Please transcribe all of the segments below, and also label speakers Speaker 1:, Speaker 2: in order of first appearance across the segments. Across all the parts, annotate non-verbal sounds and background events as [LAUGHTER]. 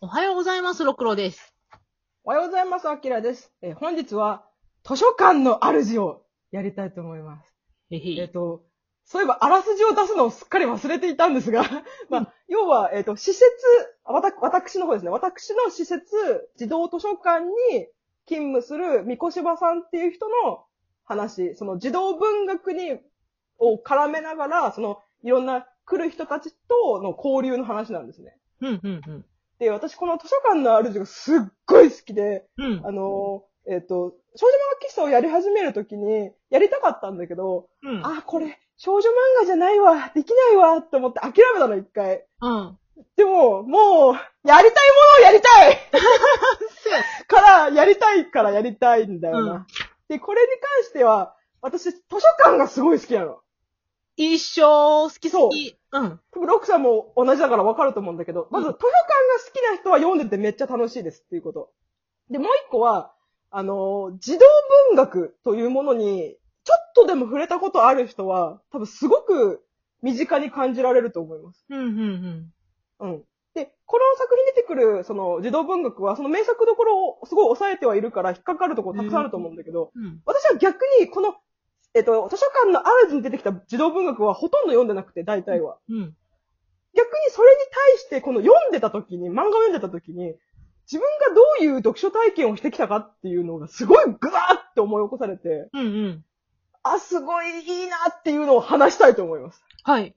Speaker 1: おはようございます、ろくろです。
Speaker 2: おはようございます、あきらです。えー本日は、図書館の主をやりたいと思います。
Speaker 1: へ
Speaker 2: えっ、
Speaker 1: へ。
Speaker 2: と、そういえば、あらすじを出すのをすっかり忘れていたんですが、まあ、要は、えっ、と、施設、あわた、私の方ですね、私の施設、児童図書館に勤務する三越柴さんっていう人の話、その児童文学に、を絡めながら、その、いろんな来る人たちとの交流の話なんですね。
Speaker 1: うん、うん、うん。
Speaker 2: で、私この図書館の主がすっごい好きで、
Speaker 1: うん。
Speaker 2: あのー、えっ、と、少女漫画喫茶をやり始めるときに、やりたかったんだけど、
Speaker 1: うん。
Speaker 2: あ、これ、少女漫画じゃないわ、できないわ、って思って諦めたの、一回。
Speaker 1: うん。
Speaker 2: でも、もう、やりたいものをやりたい [LAUGHS] から、やりたいからやりたいんだよな。
Speaker 1: うん
Speaker 2: で、これに関しては、私、図書館がすごい好きなの。
Speaker 1: 一生、好き
Speaker 2: そ
Speaker 1: 好
Speaker 2: う
Speaker 1: き。うん。
Speaker 2: 多分、ロックさんも同じだからわかると思うんだけど、まず、
Speaker 1: うん
Speaker 2: 図書館が好きな人は読んでてめっちゃ楽しいですっていうこと。で、もう一個は、あのー、児童文学というものに、ちょっとでも触れたことある人は、多分すごく身近に感じられると思います。
Speaker 1: うん、うん、
Speaker 2: うん。で、この作品に出てくる、その、児童文学は、その名作どころをすごい抑えてはいるから、引っかかるところたくさんあると思うんだけど、
Speaker 1: うん。うん。
Speaker 2: 私は逆に、この、えっと、図書館のあるじに出てきた児童文学はほとんど読んでなくて、大体は。
Speaker 1: うん。
Speaker 2: 逆にそれに対して、この読んでた時に、漫画を読んでた時に、自分がどういう読書体験をしてきたかっていうのがすごいグワーって思い起こされて、
Speaker 1: うん、うん。
Speaker 2: あ、すごいいいなっていうのを話したいと思います。
Speaker 1: はい。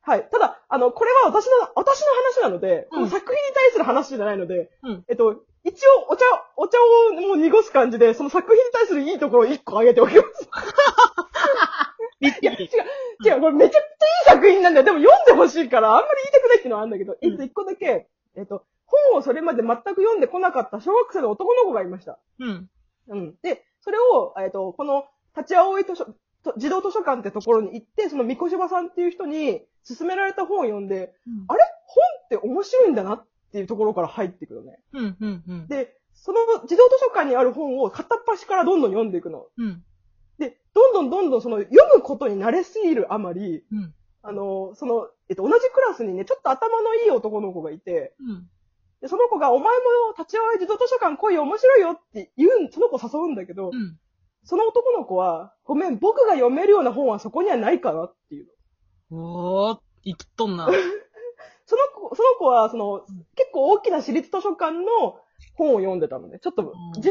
Speaker 2: はい。ただ、あの、これは私の、私の話なので、
Speaker 1: うん
Speaker 2: この作品に対する話じゃないので、
Speaker 1: うん
Speaker 2: えっと、一応お茶、お茶をもう濁す感じで、その作品に対するいいところを一個挙げておきます。
Speaker 1: びっく
Speaker 2: いや、違
Speaker 1: り。
Speaker 2: う、違う、これめちゃくちゃいい作品なんだよ。でも読んでほしいから、あんまり言いたくないっていうのはあるんだけど、
Speaker 1: うん
Speaker 2: えっと、一個だけ、えっと、本をそれまで全く読んでこなかった小学生の男の子がいました。
Speaker 1: うん。
Speaker 2: うん。で、それを、えっ、と、この、立ち葵図書、と児童図書館ってところに行って、その、三越場さんっていう人に、勧められた本を読んで、
Speaker 1: うん
Speaker 2: あれ本って面白いんだなっていうところから入ってくるね。
Speaker 1: うん、うん、うん。
Speaker 2: で、その児童図書館にある本を片っ端からどんどん読んでいくの。
Speaker 1: うん。
Speaker 2: で、どんどんどんどんその、読むことに慣れすぎるあまり、
Speaker 1: うん。
Speaker 2: あの、その、えっと、同じクラスにね、ちょっと頭のいい男の子がいて、
Speaker 1: うん。
Speaker 2: で、その子が、お前も立ち葵児童図書館来いよ、面白いよって言うん、その子を誘うんだけど、
Speaker 1: うん。
Speaker 2: その男の子は、ごめん、僕が読めるような本はそこにはないかなっていう。
Speaker 1: おー、生きとんな。
Speaker 2: その子、その子は、その、結構大きな私立図書館の本を読んでたので、ちょっと、
Speaker 1: ん
Speaker 2: 児童文学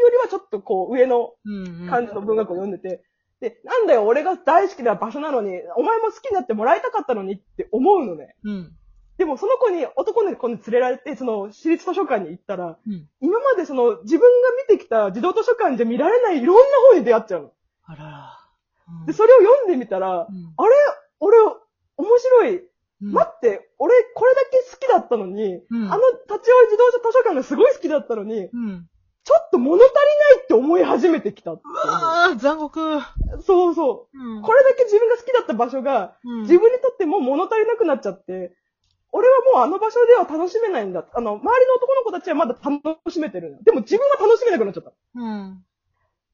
Speaker 2: よりはちょっとこう、上の
Speaker 1: うん、うん。
Speaker 2: 感じの文学を読んでて、で、なんだよ、俺が大好きな場所なのに、お前も好きになってもらいたかったのにって思うのね。
Speaker 1: うん。
Speaker 2: でも、その子に、男の子に連れられて、その、私立図書館に行ったら、
Speaker 1: うん。
Speaker 2: 今までその、自分が見てきた児童図書館じゃ見られないいろんな本に出会っちゃうの。
Speaker 1: あらら。うん
Speaker 2: で、それを読んでみたら、
Speaker 1: うん。
Speaker 2: 俺、面白い。
Speaker 1: うん
Speaker 2: 待って、俺、これだけ好きだったの
Speaker 1: う
Speaker 2: に、
Speaker 1: ん
Speaker 2: あの、立ち寄り自動車図書館がすごい好きだったのに、
Speaker 1: うん。
Speaker 2: ちょっと物足りないって思い始めてきたっていう
Speaker 1: あー、残酷。
Speaker 2: そうそうう。
Speaker 1: ん。
Speaker 2: これだけ自分が好きだった場所が、
Speaker 1: うん
Speaker 2: 自分にとってもう物足りなくなっちゃって、俺はもうあの場所では楽しめないんだ。あの、周りの男の子たちはまだ楽しめてるんだ。でも自分は楽しめなくなっちゃった。
Speaker 1: うん。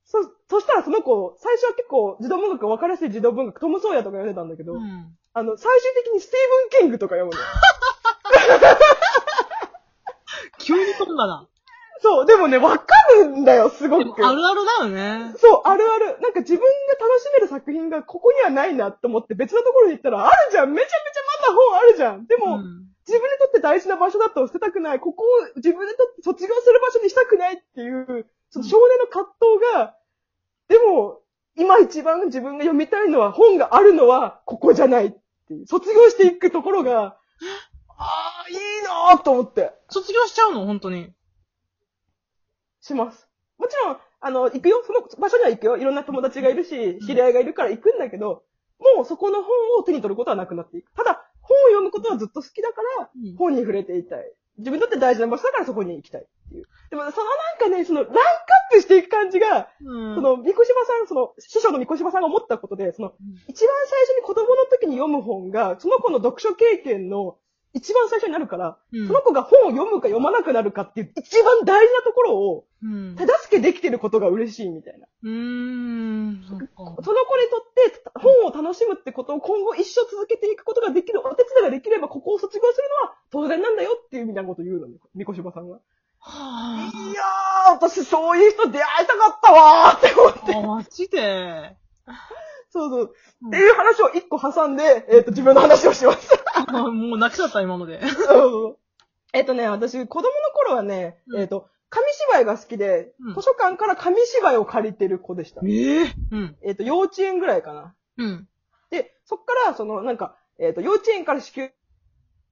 Speaker 2: そ、そしたらその子、最初は結構、児童文学、分かりやすい児童文学、トム・ソーヤとか読んでたんだけど、
Speaker 1: うん。
Speaker 2: あの、最終的にスティーブン・キングとか読むの。
Speaker 1: 急に飛んだな。
Speaker 2: そう、でもね、わかるんだよ、すご
Speaker 1: でも
Speaker 2: く。
Speaker 1: あるあるだよね。
Speaker 2: そう、あるある。なんか自分が楽しめる作品がここにはないなと思って別のところに行ったら、あるじゃんめちゃめちゃまだ本あるじゃんでも、
Speaker 1: うん
Speaker 2: 自分にとって大事な場所だと捨てたくない。ここを自分にとって卒業する場所にしたくないっていう、その少年の葛藤が、でも、今一番自分が読みたいのは、本があるのは、ここじゃないっていう。卒業していくところが、ああ、いいなーと思って。
Speaker 1: 卒業しちゃうの本当に。
Speaker 2: します。もちろん、あの、行くよ。その場所には行くよ。いろんな友達がいるし、知り合いがいるから行くんだけど、もうそこの本を手に取ることはなくなっていく。ただ、本を読むことはずっと好きだから、
Speaker 1: うん
Speaker 2: 本に触れていたい。自分にとって大事な場所だからそこに行きたいっていう。でも、そのなんかね、そのランクアップしていく感じが、
Speaker 1: うん
Speaker 2: その、三越島さん、その、師匠の三越島さんが思ったことで、その、一番最初に子供の時に読む本が、その子の読書経験の一番最初になるから、
Speaker 1: うん
Speaker 2: その子が本を読むか読まなくなるかっていう一番大事なところを
Speaker 1: うん。
Speaker 2: 手助けできてることが嬉しいみたいな。
Speaker 1: うーん、そっか。
Speaker 2: その子にとって本を楽しむってことを今後一生続けていくことができるお手伝いができればここを卒業するのは当然なんだよっていうみたいなことを言うのね、みこしばさんが。
Speaker 1: はい
Speaker 2: やー、私そういう人出会いたかったわーって思って。
Speaker 1: ぁ。あ、マジで。
Speaker 2: そうそう。
Speaker 1: うん
Speaker 2: っていう話を一個挟んで、えっ、と、自分の話をしました。
Speaker 1: あもう泣きそうだった、今ので。
Speaker 2: えっとね、私、子供の頃はね、
Speaker 1: うん
Speaker 2: えっと、紙芝居が好きで、
Speaker 1: うん
Speaker 2: 図書館から紙芝居を借りてる子でした。
Speaker 1: ええうん。
Speaker 2: えっと、幼稚園ぐらいかな。
Speaker 1: うん。
Speaker 2: で、そっから、その、なんか、えっ、と、幼稚園から支給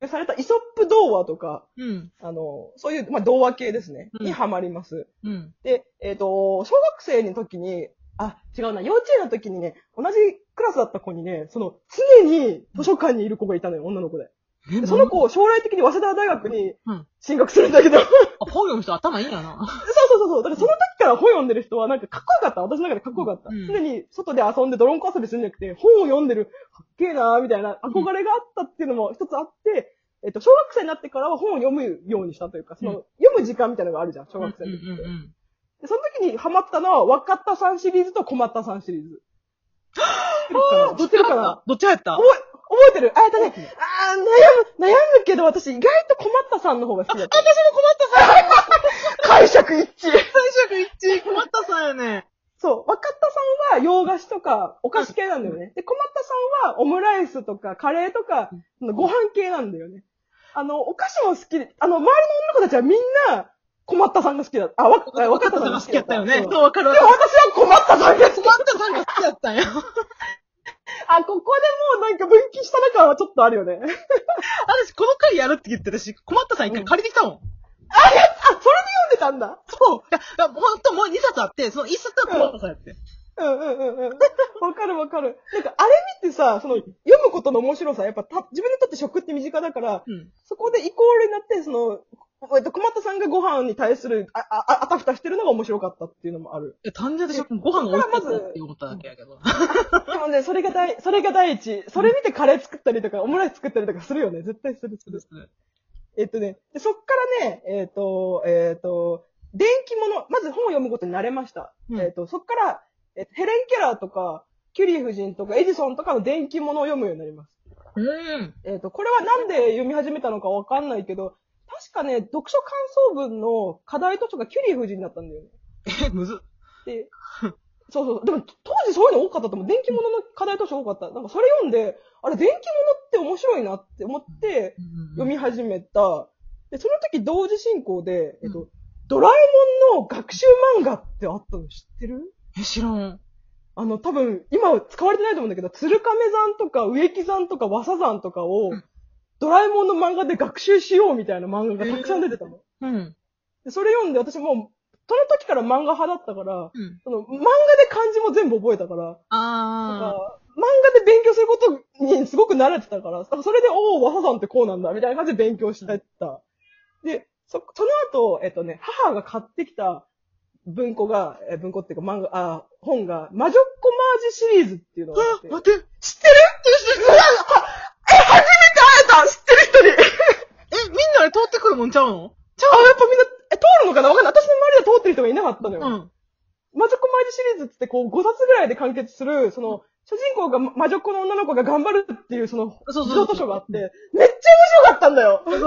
Speaker 2: されたイソップ童話とか、
Speaker 1: うん。
Speaker 2: あの、そういう、まあ、童話系ですね。
Speaker 1: うん
Speaker 2: にハマります。
Speaker 1: うん。
Speaker 2: で、えっ、と、小学生の時に、あ、違うな、幼稚園の時にね、同じクラスだった子にね、その、常に図書館にいる子がいたのよ、女の子で。
Speaker 1: え
Speaker 2: でその子を将来的に早稲田大学に
Speaker 1: うん
Speaker 2: 進学するんだけど、そう
Speaker 1: あ、本読む人頭いいんやな。
Speaker 2: そうそうそう、だからその時から本読んでる人はなんかかっこよかった、私の中でかっこよかった。
Speaker 1: うん
Speaker 2: 常に外で遊んで泥んこ遊びするんじゃなくて、本を読んでる、かっけえなーみたいな憧れがあったっていうのも一つあって、えっと、小学生になってからは本を読むようにしたというか、その、
Speaker 1: うん
Speaker 2: 読む時間みたいなのがあるじゃん、小
Speaker 1: うんうん
Speaker 2: 学生の時って。
Speaker 1: うん。
Speaker 2: で、その時にハマったのは、わかったさんシリーズと困ったさんシリーズ。知ってるかな
Speaker 1: どっちがやった
Speaker 2: 覚えてるあ、えっとね、あー、悩む、悩むけど私意外と困ったさんの方が好きだった。私も困ったさん [LAUGHS] 解釈一致
Speaker 1: 最初一致、困ったさやね。
Speaker 2: そう、わかったさんは洋菓子とかお菓子系なんだよね。で、困ったさんはオムライスとかカレーとかご飯系なんだよね。あの、お菓子も好きで、あの、周りの女の子たちはみんな、困ったさんが好きだった。あ、わ、あわ
Speaker 1: 分か
Speaker 2: かっ
Speaker 1: ったた
Speaker 2: さ
Speaker 1: さ
Speaker 2: ん
Speaker 1: ん
Speaker 2: が
Speaker 1: が
Speaker 2: 好
Speaker 1: 好き
Speaker 2: きだ
Speaker 1: やった
Speaker 2: っ
Speaker 1: た
Speaker 2: よ
Speaker 1: よ
Speaker 2: ね。
Speaker 1: ね。
Speaker 2: で
Speaker 1: そう、
Speaker 2: も
Speaker 1: 分かる
Speaker 2: 私
Speaker 1: 分かる。
Speaker 2: は困ったさんが好き
Speaker 1: 困ったさんが好きやったんよ。
Speaker 2: あ、ここでもうなんか分岐した中はちょっとあるよね。
Speaker 1: 私、この回やるって言ってたし、困ったさん一回借りてきたもん。
Speaker 2: あ、それで読んでたんだ。
Speaker 1: そう。いや、いやほんともう2冊あって、その1冊は困ったさんやって。
Speaker 2: うんうんうんうん。わかるわかる。なんかあれ見てさ、その読むことの面白さ、やっぱた自分にとって食って身近だから、
Speaker 1: うん。
Speaker 2: そこでイコールになって、その、えっと、熊田さんがご飯に対する、あ、あ、あたふたしてるのが面白かったっていうのもある。
Speaker 1: いや単純でしょご飯が美味しかったって思っただけやけど。
Speaker 2: でも [LAUGHS] ね、それが第、それが第一。それ見てカレー作ったりとか、オムライス作ったりとかするよね。絶対するする。えっとね、でそっからね、えっ、と、えっ、と、電気物、まず本を読むことに慣れました。
Speaker 1: うん
Speaker 2: えっと、そっから、えっとヘレン・ケラーとか、キュリー夫人とか、エジソンとかの電気物を読むようになります。
Speaker 1: うん。
Speaker 2: えっ、と、これはなんで読み始めたのかわかんないけど、確かね、読書感想文の課題図書がキュリー夫人だったんだよね。
Speaker 1: え、むずっ。
Speaker 2: で、そうそう。でも、当時そういうの多かったと思う。電気物の課題図書多かった。なんかそれ読んで、あれ、電気物って面白いなって思って、読み始めた。で、その時同時進行で、えっと、
Speaker 1: う
Speaker 2: ドラえもんの学習漫画ってあったの知ってる
Speaker 1: え、知らん。
Speaker 2: あの、多分、今使われてないと思うんだけど、鶴亀山とか植木山とか和佐山とかを
Speaker 1: うん、
Speaker 2: ドラえもんの漫画で学習しようみたいな漫画がたくさん出てたの。
Speaker 1: うん。
Speaker 2: でそれ読んで、私もう、その時から漫画派だったから、
Speaker 1: うん。
Speaker 2: その漫画で漢字も全部覚えたから、なん
Speaker 1: あ
Speaker 2: か漫画で勉強することにすごく慣れてたから、それで、おお、和さんってこうなんだ、みたいな感じで勉強してった。で、そ、その後、えっとね、母が買ってきた文庫が、え文庫っていうか漫画、あ、本が、魔女っ子マージシリーズっていうの
Speaker 1: ー。
Speaker 2: があって。
Speaker 1: あ、待って。
Speaker 2: 知ってるえ、初めて会えた知ってる人に
Speaker 1: え、みんなあれ通ってくるもんちゃうの
Speaker 2: ちょ、やっぱみんな、え、通るのかなわかんない。私の周りでは通ってる人がいなかったのよ。
Speaker 1: うん。
Speaker 2: 魔女っ子マージシリーズってこう5冊ぐらいで完結する、その、主人公がま魔女っ子の女の子が頑張るっていうその、
Speaker 1: そうそ
Speaker 2: 自動
Speaker 1: う
Speaker 2: 図書
Speaker 1: そう。
Speaker 2: があって、めっちゃ面白かったんだよ
Speaker 1: そう。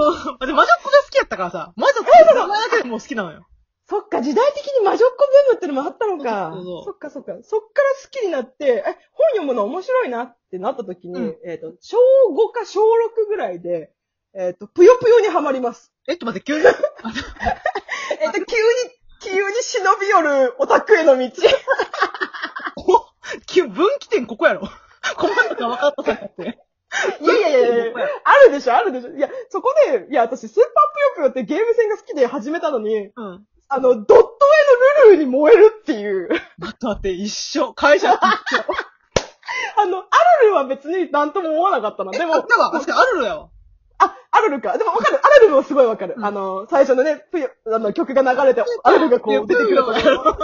Speaker 1: で、魔女っ子が好きやったからさ、魔女っ子って名前だけでもう好きなのよ。
Speaker 2: そっか、時代的に魔女っ子ブームってのもあったのか
Speaker 1: そうそう。
Speaker 2: そっかそっか。そっから好きになって、え、本読むの面白いなってなった時
Speaker 1: う
Speaker 2: に、
Speaker 1: ん
Speaker 2: えっ、と、小5か小6ぐらいで、えっ、と、ぷよぷよにはまります。
Speaker 1: え、ちょっと待って、急に。あ
Speaker 2: えっ、と、急に、急に忍び寄るオタクへの [LAUGHS] 道。
Speaker 1: お急、分岐点ここやろ。困るか分かったさやって。
Speaker 2: いやいやいやいや、あるでしょ、あるでしょ。いや、そこで、いや、私、スーパーぷよぷよってゲーム戦が好きで始めたの
Speaker 1: う
Speaker 2: に、
Speaker 1: ん。
Speaker 2: あの、ドット絵のルルーに燃えるっていう。
Speaker 1: 待って待って、一緒。会社。
Speaker 2: あの、アルルは別になんとも思わなかったな。で
Speaker 1: でも、だ
Speaker 2: も、
Speaker 1: から、確かにあるのやわ。
Speaker 2: あ、アルルか。でもわかる。アルルもすごいわかる。
Speaker 1: うん
Speaker 2: あの、最初のね、ぷよ、あの、曲が流れて、アルルがこう出てくるところ。
Speaker 1: ろ。
Speaker 2: て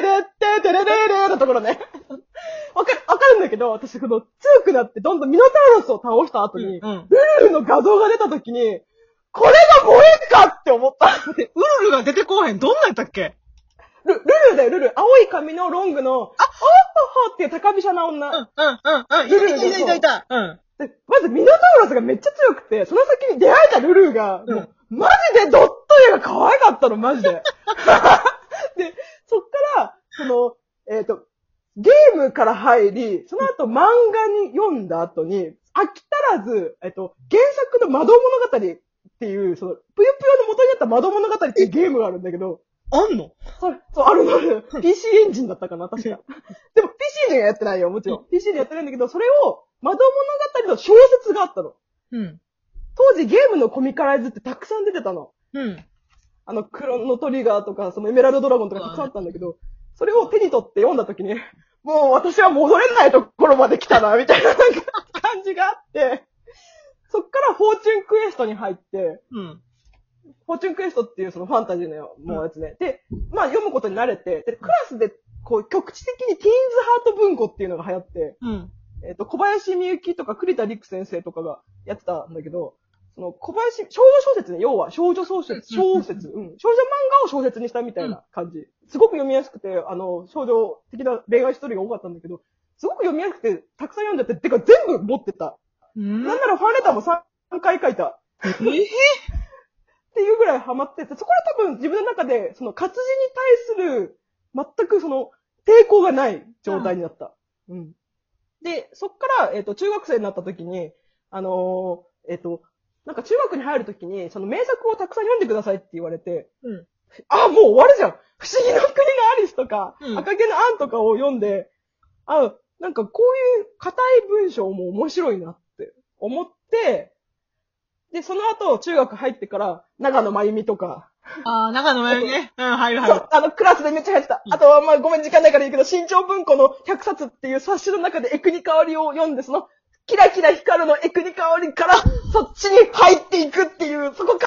Speaker 2: ーでってーてれれれーのところね。わかる、わかるんだけど、私、この、強くなって、どんどんミノタウロスを倒した後に、ウ
Speaker 1: うん。
Speaker 2: ルフの画像が出た時に、これが萌えかって思った。
Speaker 1: で、ウルルが出てこうへん。どんなんやったっけ
Speaker 2: ル、ルルだよ、ルル。青い髪のロングの、あ、おっほほっていう高飛車な
Speaker 1: う
Speaker 2: 女。
Speaker 1: ん、うん、うん、うん。い
Speaker 2: ルルル
Speaker 1: たいたいたいた。うん。
Speaker 2: で、まずミノタウロスがめっちゃ強くて、その先に出会えたルルーが、
Speaker 1: うん
Speaker 2: もう、マジでドット絵が可愛かったの、
Speaker 1: [LAUGHS]
Speaker 2: マジで。で、そっから、その、えっ、と、ゲームから入り、その後漫画に読んだ後に、飽き足らず、えっ、と、原作の窓物語っていう、その、ぷよぷよの元にあった窓物語っていうゲームがあるんだけど、
Speaker 1: あんの
Speaker 2: それ、そう、あるのあ [LAUGHS] る。PC エンジンだったかな、確か。 [LAUGHS] でも PC ではやってないよ、もちろん。PC でやってないんだけど、それを、窓物語の小説があったの。
Speaker 1: うん。
Speaker 2: 当時ゲームのコミカライズってたくさん出てたの。
Speaker 1: うん。
Speaker 2: あの、クロノトリガーとか、そのエメラルドドラゴンとかたくさんあったんだけど、それを手に取って読んだ時に、もう私は戻れないところまで来たな、みたいななんか感じがあって、そっからフォーチュンクエストに入って、
Speaker 1: うん。
Speaker 2: フォーチュンクエストっていうそのファンタジーのもうやつね。で、まあ読むことに慣れて、で、クラスでこう局地的にティーンズハート文庫っていうのが流行って、
Speaker 1: うん。
Speaker 2: えっ、と、小林みゆきとか栗田陸先生とかがやってたんだけど、その小林、少女小説ね、要は少女小説、
Speaker 1: うんうんうん
Speaker 2: 小説、うん、少女漫画を小説にしたみたいな感じ。すごく読みやすくて、あの、少女的な恋愛ストーリーが多かったんだけど、すごく読みやすくて、たくさん読んでて、てか全部持ってた。
Speaker 1: うん
Speaker 2: なんならファンレターも3回書いた。
Speaker 1: え
Speaker 2: っていうぐらいハマってて、そこは多分自分の中で、その活字に対する、全くその、抵抗がない状態になった。うん。で、そっから、えっ、と、中学生になった時に、あのーえっ、と、なんか中学に入る時に、その名作をたくさん読んでくださいって言われて、
Speaker 1: うん。
Speaker 2: あ、もう終わるじゃん不思議の国のアリスとか、
Speaker 1: うん
Speaker 2: 赤毛のアンとかを読んで、あ、なんかこういう硬い文章も面白いなって思って、で、その後、中学入ってから、長野真由美とか、
Speaker 1: あー、中の真由美ね。うん、入る入
Speaker 2: そ
Speaker 1: る
Speaker 2: う。あの、クラスでめっちゃ流行ってた
Speaker 1: う。ん
Speaker 2: あとは、まあ、ごめん、時間ないから言うけど、新潮文庫の100冊っていう冊子の中でエクニカオリを読んで、その、キラキラ光るのエクニカオリから、そっちに入っていくっていう、そこか